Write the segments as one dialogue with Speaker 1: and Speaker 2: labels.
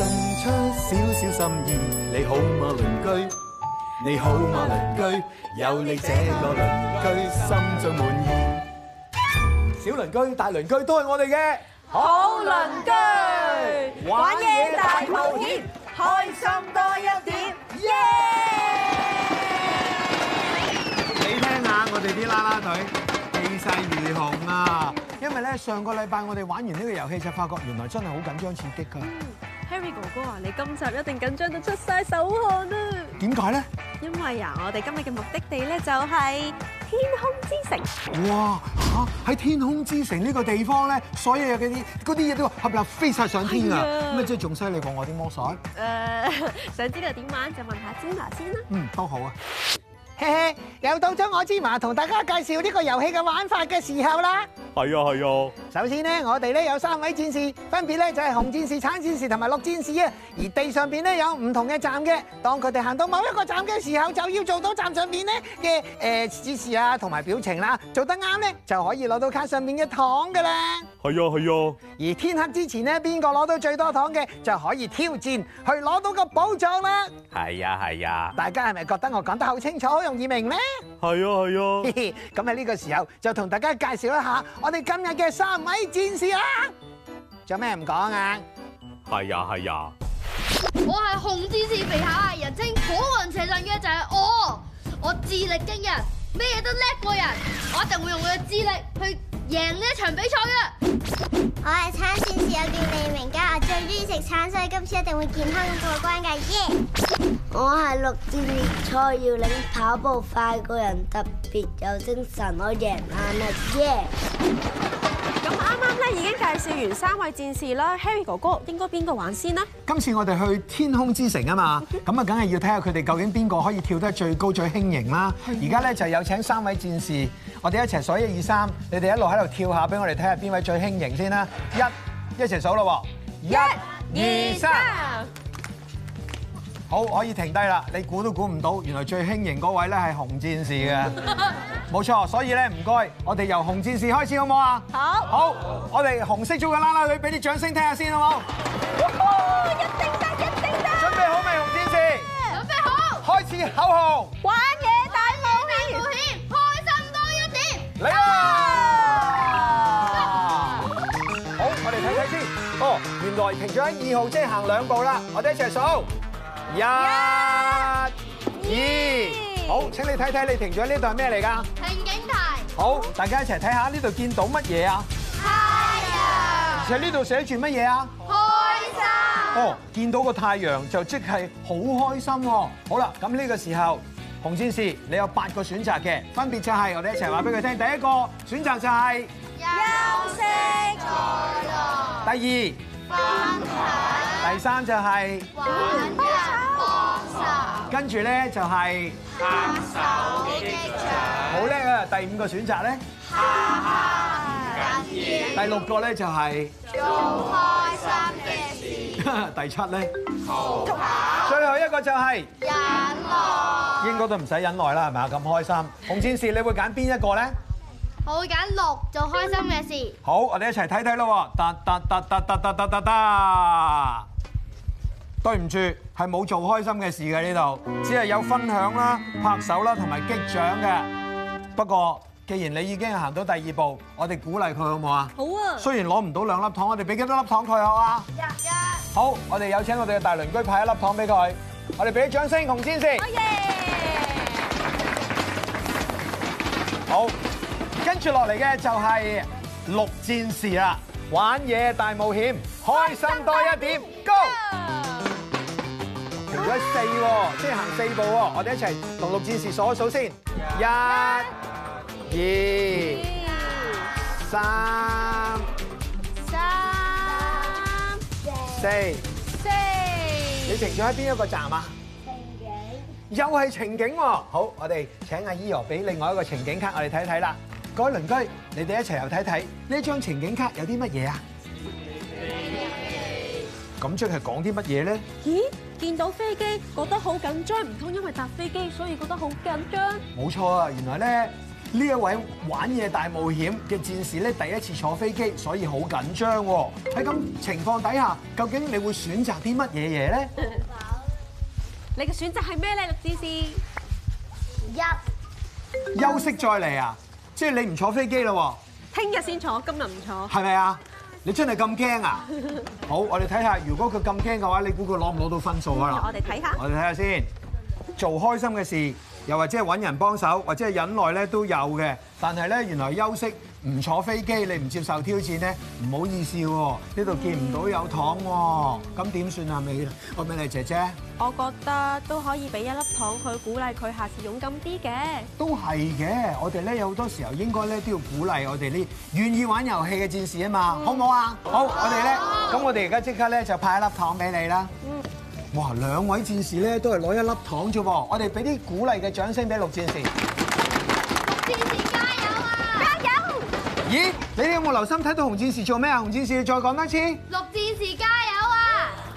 Speaker 1: 送出少少心意，你好嗎鄰居？你好嗎鄰居？有你這個鄰居，心最滿意。小鄰居、大鄰居都係我哋嘅
Speaker 2: 好鄰居，玩嘢大冒險，開心多一點，耶！
Speaker 3: 你聽下我哋啲啦啦隊氣勢如虹啊！因為咧上個禮拜我哋玩完呢個遊戲就發覺原來真係好緊張刺激㗎。
Speaker 4: Harry 哥哥啊，你今集一定緊張到出晒手汗啊！
Speaker 3: 點解咧？
Speaker 4: 因為啊，我哋今日嘅目的地咧就係天空之城。
Speaker 3: 哇！嚇喺天空之城呢個地方咧，所有嘅啲嗰啲嘢都合立飛晒上天啊！咁啊，即係仲犀利過我啲魔術。
Speaker 4: 誒，想知道點玩就問下芝麻先啦。
Speaker 3: 嗯，都好啊。
Speaker 5: 嘿嘿，又到咗我芝麻同大家介紹呢個遊戲嘅玩法嘅時候啦。
Speaker 6: 係啊，係啊。
Speaker 5: 首先咧，我哋咧有三位戰士，分別咧就係紅戰士、橙戰士同埋綠戰士啊。而地上邊咧有唔同嘅站嘅，當佢哋行到某一個站嘅時候，就要做到站上邊咧嘅誒指示啊，同埋表情啦，做得啱咧就可以攞到卡上面嘅糖噶啦。
Speaker 6: 係啊，係啊。
Speaker 5: 而天黑之前咧，邊個攞到最多糖嘅就可以挑戰去攞到個寶藏啦。
Speaker 6: 係啊，係啊。
Speaker 5: 大家係咪覺得我講得好清楚、好容易明咧？
Speaker 6: 係啊，係啊。
Speaker 5: 咁喺呢個時候就同大家介紹一下我哋今日嘅三位戰士啦。做咩唔講啊？
Speaker 6: 係啊，係啊。
Speaker 7: 我係紅戰士肥蟹，人稱火雲邪神嘅就係我。我智力驚人，咩嘢都叻過人，我一定會用我嘅智力去贏呢一場比賽嘅。
Speaker 8: 我係橙戰士，我叫李明嘉，我最中意食橙，所以今次一定會健康咁過關㗎耶！
Speaker 9: 我係綠戰士蔡耀領，跑步快過人，特別有精神，我贏硬啦耶！
Speaker 4: 咁啱啱咧已經介紹完三位戰士啦，Harry 哥哥應該邊個玩先呢？啊
Speaker 3: 今次我哋去天空之城 啊嘛，咁啊梗係要睇下佢哋究竟邊個可以跳得最高最輕盈啦。而家咧就有請三位戰士，我哋一齊數一二三，你哋一路喺度跳下俾我哋睇下邊位最輕盈先啦。一，一齊數咯
Speaker 2: 喎，一、二、三。
Speaker 3: 好，可以停低啦！你估都估唔到，原來最輕盈嗰位咧係紅戰士嘅， 冇錯。所以咧唔該，我哋由紅戰士開始好唔好啊？
Speaker 2: 好。
Speaker 3: 好，我哋紅色組嘅啦啦隊，俾啲掌聲聽下先好冇？
Speaker 2: 一定得，一定得！
Speaker 3: 準備好未，紅戰士？
Speaker 7: 準備好。
Speaker 3: 開始口號。
Speaker 2: 玩嘢大冒險，
Speaker 7: 冒險開心多一點。
Speaker 3: 嚟啦！好，我哋睇睇先。哦，原來停咗喺二號，即係行兩步啦。我哋一齊數，一。二，好，請你睇睇你停咗呢度係咩嚟㗎？
Speaker 7: 情景題。
Speaker 3: 好，大家一齊睇下呢度見到乜嘢啊？
Speaker 7: 太
Speaker 3: 陽。喺呢度寫住乜嘢啊？
Speaker 7: 開心。
Speaker 3: 哦，見到個太陽就即係好開心喎。好啦，咁呢個時候，紅戰士你有八個選擇嘅，分別就係我哋一齊話俾佢聽。第一個選擇就係
Speaker 2: 休息
Speaker 3: 在樂。第二。第三就係
Speaker 7: 玩人放手。
Speaker 3: 跟住咧就係。
Speaker 2: 拍手擊掌。
Speaker 3: 好叻啊！第五個選擇咧，
Speaker 2: 哈哈唔緊
Speaker 3: 第六個咧就係
Speaker 2: 做開心嘅事。
Speaker 3: 第七咧，
Speaker 2: 逃跑。
Speaker 3: 最後一個就係
Speaker 7: 忍耐。
Speaker 3: 應該都唔使忍耐啦，係咪啊？咁開心，紅戰士你會揀邊一個咧？
Speaker 7: 我會揀六做開心嘅事。
Speaker 3: 好，我哋一齊睇睇咯喎！噠噠噠噠噠噠噠噠噠。對唔住，係冇做開心嘅事嘅呢度，只係有分享啦、拍手啦同埋擊掌嘅。不過，既然你已經行到第二步，我哋鼓勵佢好唔好啊？
Speaker 4: 好啊！
Speaker 3: 雖然攞唔到兩粒糖，我哋俾幾多粒糖佢好啊？
Speaker 7: 一一。
Speaker 3: 好，我哋有請我哋嘅大鄰居派一粒糖俾佢，我哋俾啲掌聲紅戰士。好，跟住落嚟嘅就係綠戰士啦，玩嘢大冒險，開心多一點，Go！停咗四喎，即係行四步喎，我哋一齊同綠戰士數一數先，一、二、三、
Speaker 7: 三、四。
Speaker 5: 四，你停咗喺邊一個站
Speaker 3: à?
Speaker 5: 啊？又係情景喎，好，我哋請阿依娥俾另外一個情景卡我哋睇睇啦。各位鄰居，你哋一齊又睇睇呢張情景卡有啲乜嘢
Speaker 3: à?
Speaker 5: 啊？咁即係講啲乜嘢咧？
Speaker 4: 咦，見到飛機覺得好緊張，唔通因為搭飛機所以覺得好緊張？
Speaker 3: 冇錯啊，原來咧。呢一位玩嘢大冒險嘅戰士咧，第一次坐飛機，所以好緊張喎。喺咁情況底下，究竟你會選擇啲乜嘢嘢咧？
Speaker 4: 你嘅選擇係咩咧，陸戰士？
Speaker 3: 休息再嚟啊！即係你唔坐飛機啦喎，
Speaker 4: 聽日先坐，今日唔坐。
Speaker 3: 係咪啊？你真係咁驚啊？好，我哋睇下，如果佢咁驚嘅話，你估佢攞唔攞到分數啊？
Speaker 4: 我哋睇下。
Speaker 3: 我哋睇下先，做開心嘅事，又或者係揾人幫手，或者係忍耐咧都有嘅。但係咧，原來休息唔坐飛機，你唔接受挑戰咧，唔好意思喎，呢度見唔到有糖喎，咁點算啊？美我美麗姐姐
Speaker 4: 我覺得都可以俾一粒糖佢，鼓勵佢下次勇敢啲嘅。
Speaker 3: 都係嘅，我哋咧有好多時候應該咧都要鼓勵我哋呢願意玩遊戲嘅戰士啊嘛，好唔好啊？好，我哋咧，咁我哋而家即刻咧就派一粒糖俾你啦。哇！兩位戰士咧都係攞一粒糖啫喎，我哋俾啲鼓勵嘅掌聲俾陸戰士。
Speaker 7: 戰士加油啊！加油！
Speaker 3: 咦？你哋有冇留心睇到紅戰士做咩啊？紅戰士再講多次，喺
Speaker 7: 六戰士加油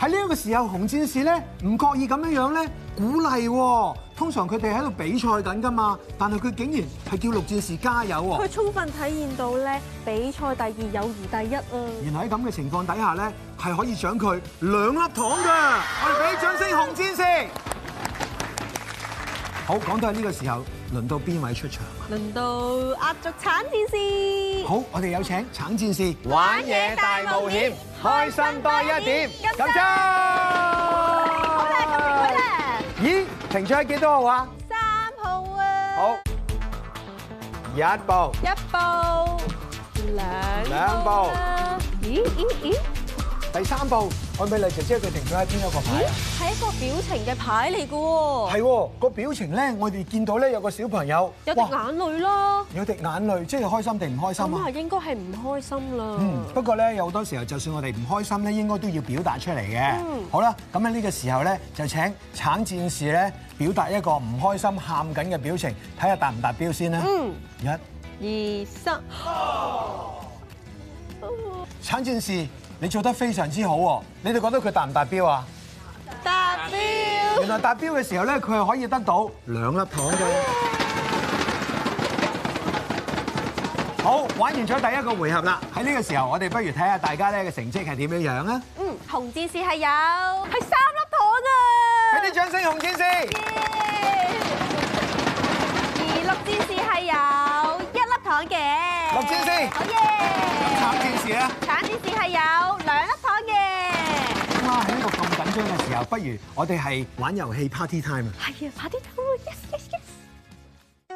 Speaker 7: 啊！
Speaker 3: 呢一個時候，紅戰士咧唔覺意咁樣樣咧鼓勵喎。通常佢哋喺度比賽緊㗎嘛，但係佢竟然係叫綠戰士加油喎。
Speaker 4: 佢充分體現到咧比賽第二友誼第一啊！
Speaker 3: 原來喺咁嘅情況底下咧，係可以獎佢兩粒糖㗎。我哋俾掌聲紅戰士。好，講到喺呢個時候，輪到邊位出場啊？
Speaker 4: 輪到壓軸產戰士。
Speaker 3: 好，我哋有請橙戰士。
Speaker 4: 玩嘢大冒險開心多一點咁
Speaker 3: 走。好啦，咁停位啦。咦，停咗喺幾多號啊？
Speaker 4: 三號啊！
Speaker 3: 好，一步。
Speaker 4: 一步，兩
Speaker 3: 兩步
Speaker 4: 啦咦咦咦！
Speaker 3: 第三步，愛美麗姐姐佢停咗喺邊一個牌
Speaker 4: 咦
Speaker 3: 啊？，
Speaker 4: 係一個表情嘅牌嚟嘅喎，
Speaker 3: 係喎，個表情咧，我哋見到咧有個小朋友，
Speaker 4: 有滴眼淚啦，
Speaker 3: 有滴眼淚，即係開心定唔開心
Speaker 4: 咁
Speaker 3: 啊
Speaker 4: 啊？應該係唔開心啦。
Speaker 3: 嗯，不過咧有好多時候，就算我哋唔開心咧，應該都要表達出嚟嘅。
Speaker 4: 嗯
Speaker 3: 好啦，咁喺呢個時候咧，就請橙戰士咧表達一個唔開心、喊緊嘅表情，睇下達唔達標先啦。
Speaker 4: 嗯，
Speaker 3: 一，
Speaker 4: 二三，
Speaker 3: 橙戰士，你做得非常之好喎！你哋覺得佢達唔達標啊？
Speaker 4: 達標。
Speaker 3: 原來達標嘅時候咧，佢係可以得到兩粒糖嘅。好，玩完咗第一個回合啦。喺呢個時候，我哋不如睇下大家咧嘅成績係點樣樣啊！
Speaker 4: 嗯，紅戰士係有，係三粒糖啊！
Speaker 3: 俾啲掌聲，紅戰士。
Speaker 4: 而綠戰士係有一粒糖嘅，
Speaker 3: 綠戰士
Speaker 4: 好
Speaker 3: 咁
Speaker 4: 耶！
Speaker 3: 橙戰士啊咧？
Speaker 4: 橙戰士係有兩粒糖嘅。
Speaker 3: 咁啊，喺呢個咁緊張嘅時候，不如我哋係玩遊戲 party time 啊！
Speaker 4: 係啊，快啲走啊！Yes yes yes！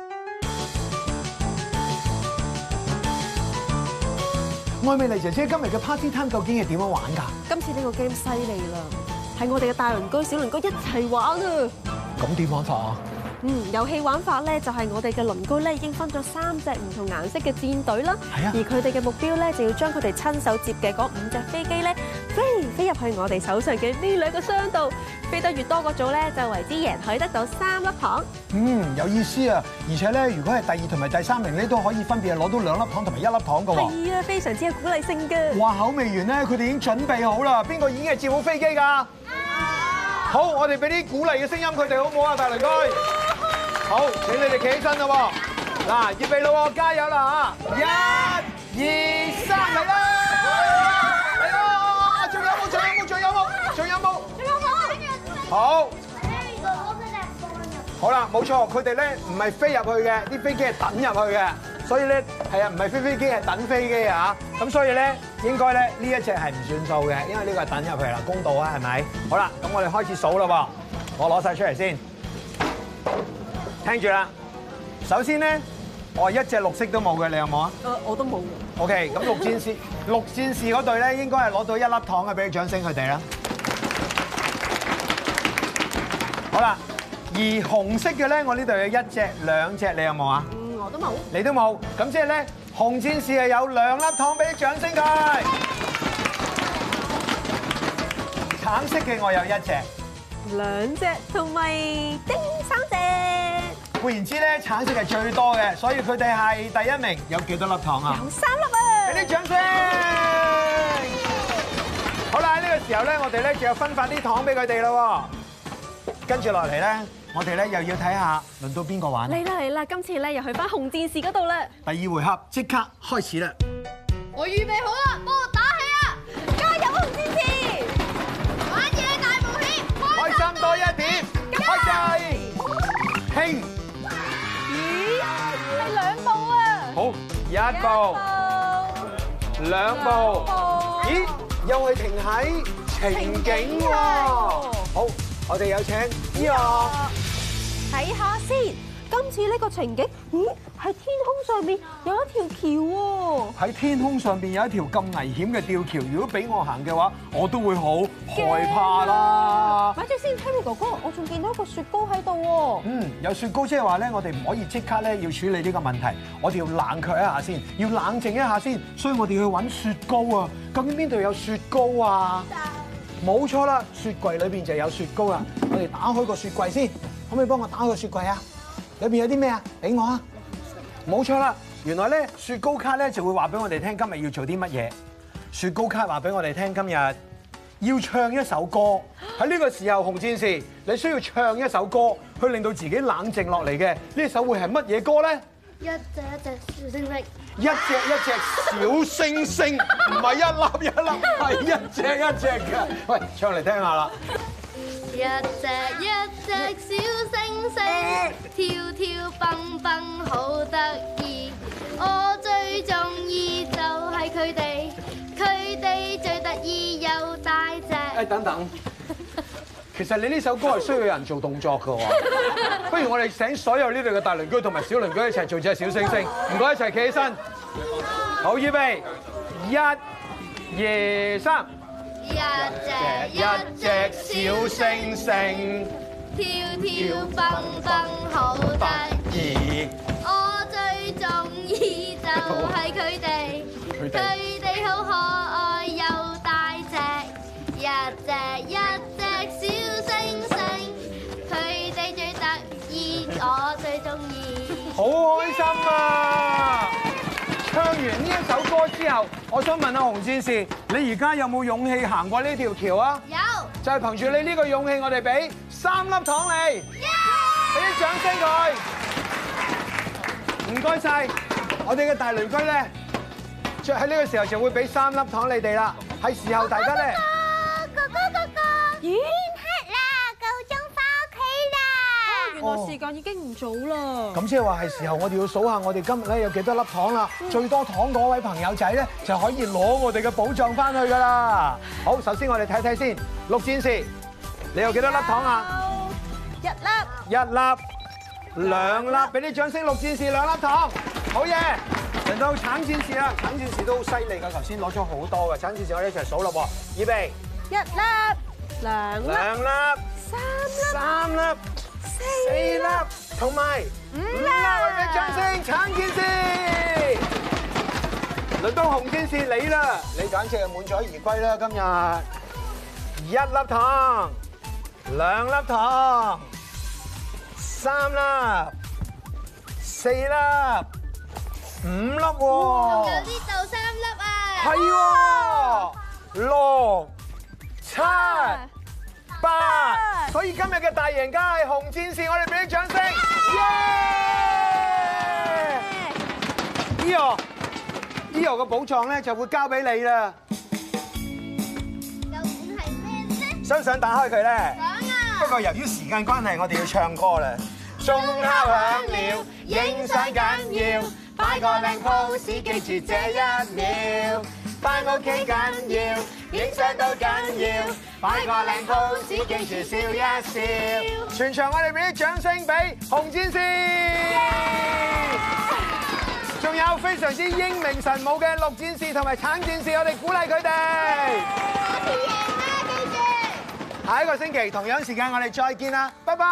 Speaker 3: 愛美麗姐姐今日嘅 party time 究竟係點樣玩㗎？
Speaker 4: 今次呢個 game 犀利啦，係我哋嘅大鄰居、小鄰居一齊玩啊！
Speaker 3: 咁點玩法啊？
Speaker 4: 嗯，遊戲玩法咧就係我哋嘅鄰居咧已經分咗三隻唔同顏色嘅戰隊啦，
Speaker 3: 係啊
Speaker 4: 而佢哋嘅目標咧就要將佢哋親手接嘅嗰五隻飛機咧飛飛入去我哋手上嘅呢兩個箱度，飛得越多個組咧就為之贏，可以得到三粒糖。
Speaker 3: 嗯，有意思啊！而且咧，如果係第二同埋第三名咧，都可以分別係攞到兩粒糖同埋一粒糖㗎喎。
Speaker 4: 係啊，非常之有鼓勵性嘅。
Speaker 3: 話口未完咧，佢哋已經準備好啦。邊個已經係接好飛機㗎？好，我哋俾啲鼓勵嘅聲音佢哋好唔好啊，大鄰居？好，請你哋企起身啦喎！嗱，預備啦喎，加油啦嚇！一、二、三，嚟啦！嚟啦！仲有冇？仲有冇？仲有冇？仲有冇？好，好啦，冇錯，佢哋咧唔係飛入去嘅，啲飛機係等入去嘅，所以咧係啊，唔係飛飛機係等飛機啊，咁所以咧應該咧呢一隻係唔算數嘅，因為呢個係等入去啦，公道啊，係咪？好啦，咁我哋開始數啦喎，我攞晒出嚟先，聽住啦，首先咧我係一隻綠色都冇嘅，你有冇啊
Speaker 4: 誒，我都冇。
Speaker 3: ？OK，咁綠戰士，綠戰士嗰隊咧應該係攞到一粒糖嘅，俾啲掌聲佢哋啦。好啦，而紅色嘅咧，我呢度有一隻、兩隻，你有冇啊？
Speaker 4: 嗯，我都冇。
Speaker 3: 你都冇，咁即係咧，紅戰士係有兩粒糖俾啲掌聲佢。橙色嘅我有一隻。
Speaker 4: 兩隻同埋叮三隻，
Speaker 3: 換言之咧，橙色係最多嘅，所以佢哋係第一名。有幾多粒糖啊？
Speaker 4: 有三粒啊！
Speaker 3: 俾啲掌聲！好啦，喺呢個時候咧，我哋咧就要分發啲糖俾佢哋啦喎。跟住落嚟咧，我哋咧又要睇下輪到邊個玩。啊
Speaker 4: 嚟啦嚟啦，今次咧又去翻紅戰士嗰度啦！
Speaker 3: 第二回合即刻開始啦！
Speaker 7: 我預備好啦，幫我打氣啊！
Speaker 4: 加油紅戰士！
Speaker 7: 玩嘢大冒險，
Speaker 3: 開心多一點，開心，興
Speaker 4: 咦，係兩步啊！
Speaker 3: 好一步兩步，咦又係停喺情景喎。好，我哋有請依啊。
Speaker 4: 睇下先，今次呢個情景，咦，係天空上面有一條橋喎。
Speaker 3: 喺天空上邊有一條咁危險嘅吊橋，如果俾我行嘅話，我都會好害怕啦。
Speaker 4: 咪住啊先，Terry 哥哥，我仲見到個雪糕喺度喎。
Speaker 3: 嗯，有雪糕即係話咧，我哋唔可以即刻咧要處理呢個問題，我哋要冷卻一下先，要冷靜一下先，所以我哋去揾雪糕啊！究竟邊度有雪糕啊？冇錯啦，雪櫃裏邊就有雪糕啦。我哋打開個雪櫃先，可唔可以幫我打開個雪櫃啊？裏邊有啲咩啊？俾我啊！冇錯啦，原來咧雪糕卡咧就會話俾我哋聽今日要做啲乜嘢。雪糕卡話俾我哋聽今日要唱一首歌。喺呢個時候，紅戰士，你需要唱一首歌去令到自己冷靜落嚟嘅。呢首會係乜嘢歌咧？
Speaker 7: 一隻一隻小星星。
Speaker 3: 一隻一隻小星星，唔係一粒一粒，係一隻一隻嘅。喂，唱嚟聽下啦。
Speaker 7: 一隻一隻小星星，跳跳蹦蹦好得意。我最中意就係佢哋，佢哋最得意又大隻。
Speaker 3: 誒，哎等等。其實你呢首歌係需要有人做動作嘅喎，不如我哋請所有呢度嘅大鄰居同埋小鄰居一齊做隻小星星，唔該一齊企起身，好預備，一、二、三，
Speaker 7: 一
Speaker 3: Dạ,
Speaker 7: 隻一隻小星星，跳跳蹦蹦好得意。
Speaker 3: 二，
Speaker 7: 我最中意就係佢哋，佢哋好可愛又大隻，一隻一隻小星星，佢哋最得意，我最中意。
Speaker 3: 好開心啊！唱完呢一首歌之後，我想問下紅戰士，你而家有冇勇氣行過呢條橋啊？
Speaker 7: 有，
Speaker 3: 就係憑住你呢個勇氣，我哋俾三粒糖你。俾啲掌聲佢。唔該晒，我哋嘅大鄰居咧，着喺呢個時候就會俾三粒糖你哋啦。係時候大家咧，
Speaker 8: 哥哥哥哥，
Speaker 4: 咦，
Speaker 8: 黑啦，夠鐘翻屋企啦。
Speaker 4: 哦原來時間已經唔早啦。
Speaker 3: 哦咁即係話係時候我哋要數下我哋今日哎咧有幾多粒糖啦。
Speaker 4: 嗯
Speaker 3: 最多糖嗰位朋友仔咧就可以攞我哋嘅寶藏翻去㗎啦。
Speaker 4: 嗯
Speaker 3: 好，首先我哋睇睇先，陸戰士，你有幾多粒糖啊？
Speaker 4: 一粒，
Speaker 3: 一粒、兩粒，俾啲掌聲！六戰士兩粒糖，好嘢！輪到橙戰士啦，橙戰士都好犀利㗎，頭先攞咗好多㗎。橙戰士我哋一齊數咯喎，預備
Speaker 4: 一粒，兩粒，
Speaker 3: 兩粒、
Speaker 4: 三粒，
Speaker 3: 三粒、
Speaker 4: 四
Speaker 3: 四
Speaker 4: 粒。
Speaker 3: 粒，同埋五粒，俾掌聲！橙戰士，輪到紅戰士你啦，你簡直係滿載而歸啦！今日一粒糖，兩粒糖。三粒、四粒、五粒
Speaker 7: 仲
Speaker 3: 喎
Speaker 7: 有，呢度三粒啊！
Speaker 3: 係喎，六、七、八，所以今日嘅大贏家係紅戰士，我哋俾啲掌聲，耶！依個依個嘅寶藏咧就會交俾你啦，
Speaker 7: 究竟係咩呢？
Speaker 3: 想唔想打開佢咧？
Speaker 7: 想啊！
Speaker 3: 不過由於時間關係，我哋要唱歌啦。鐘敲響了，影相緊要，擺個靚 pose 記住這一秒。翻屋企緊要，影相都緊要，擺個靚 pose 記住笑一笑。全場我哋俾啲掌聲俾紅戰士，仲有非常之英明神武嘅綠戰士同埋橙戰士，我哋鼓勵佢哋。
Speaker 7: 我哋贏啦，記住！
Speaker 3: 下一個星期同樣時間我哋再見啦，拜拜。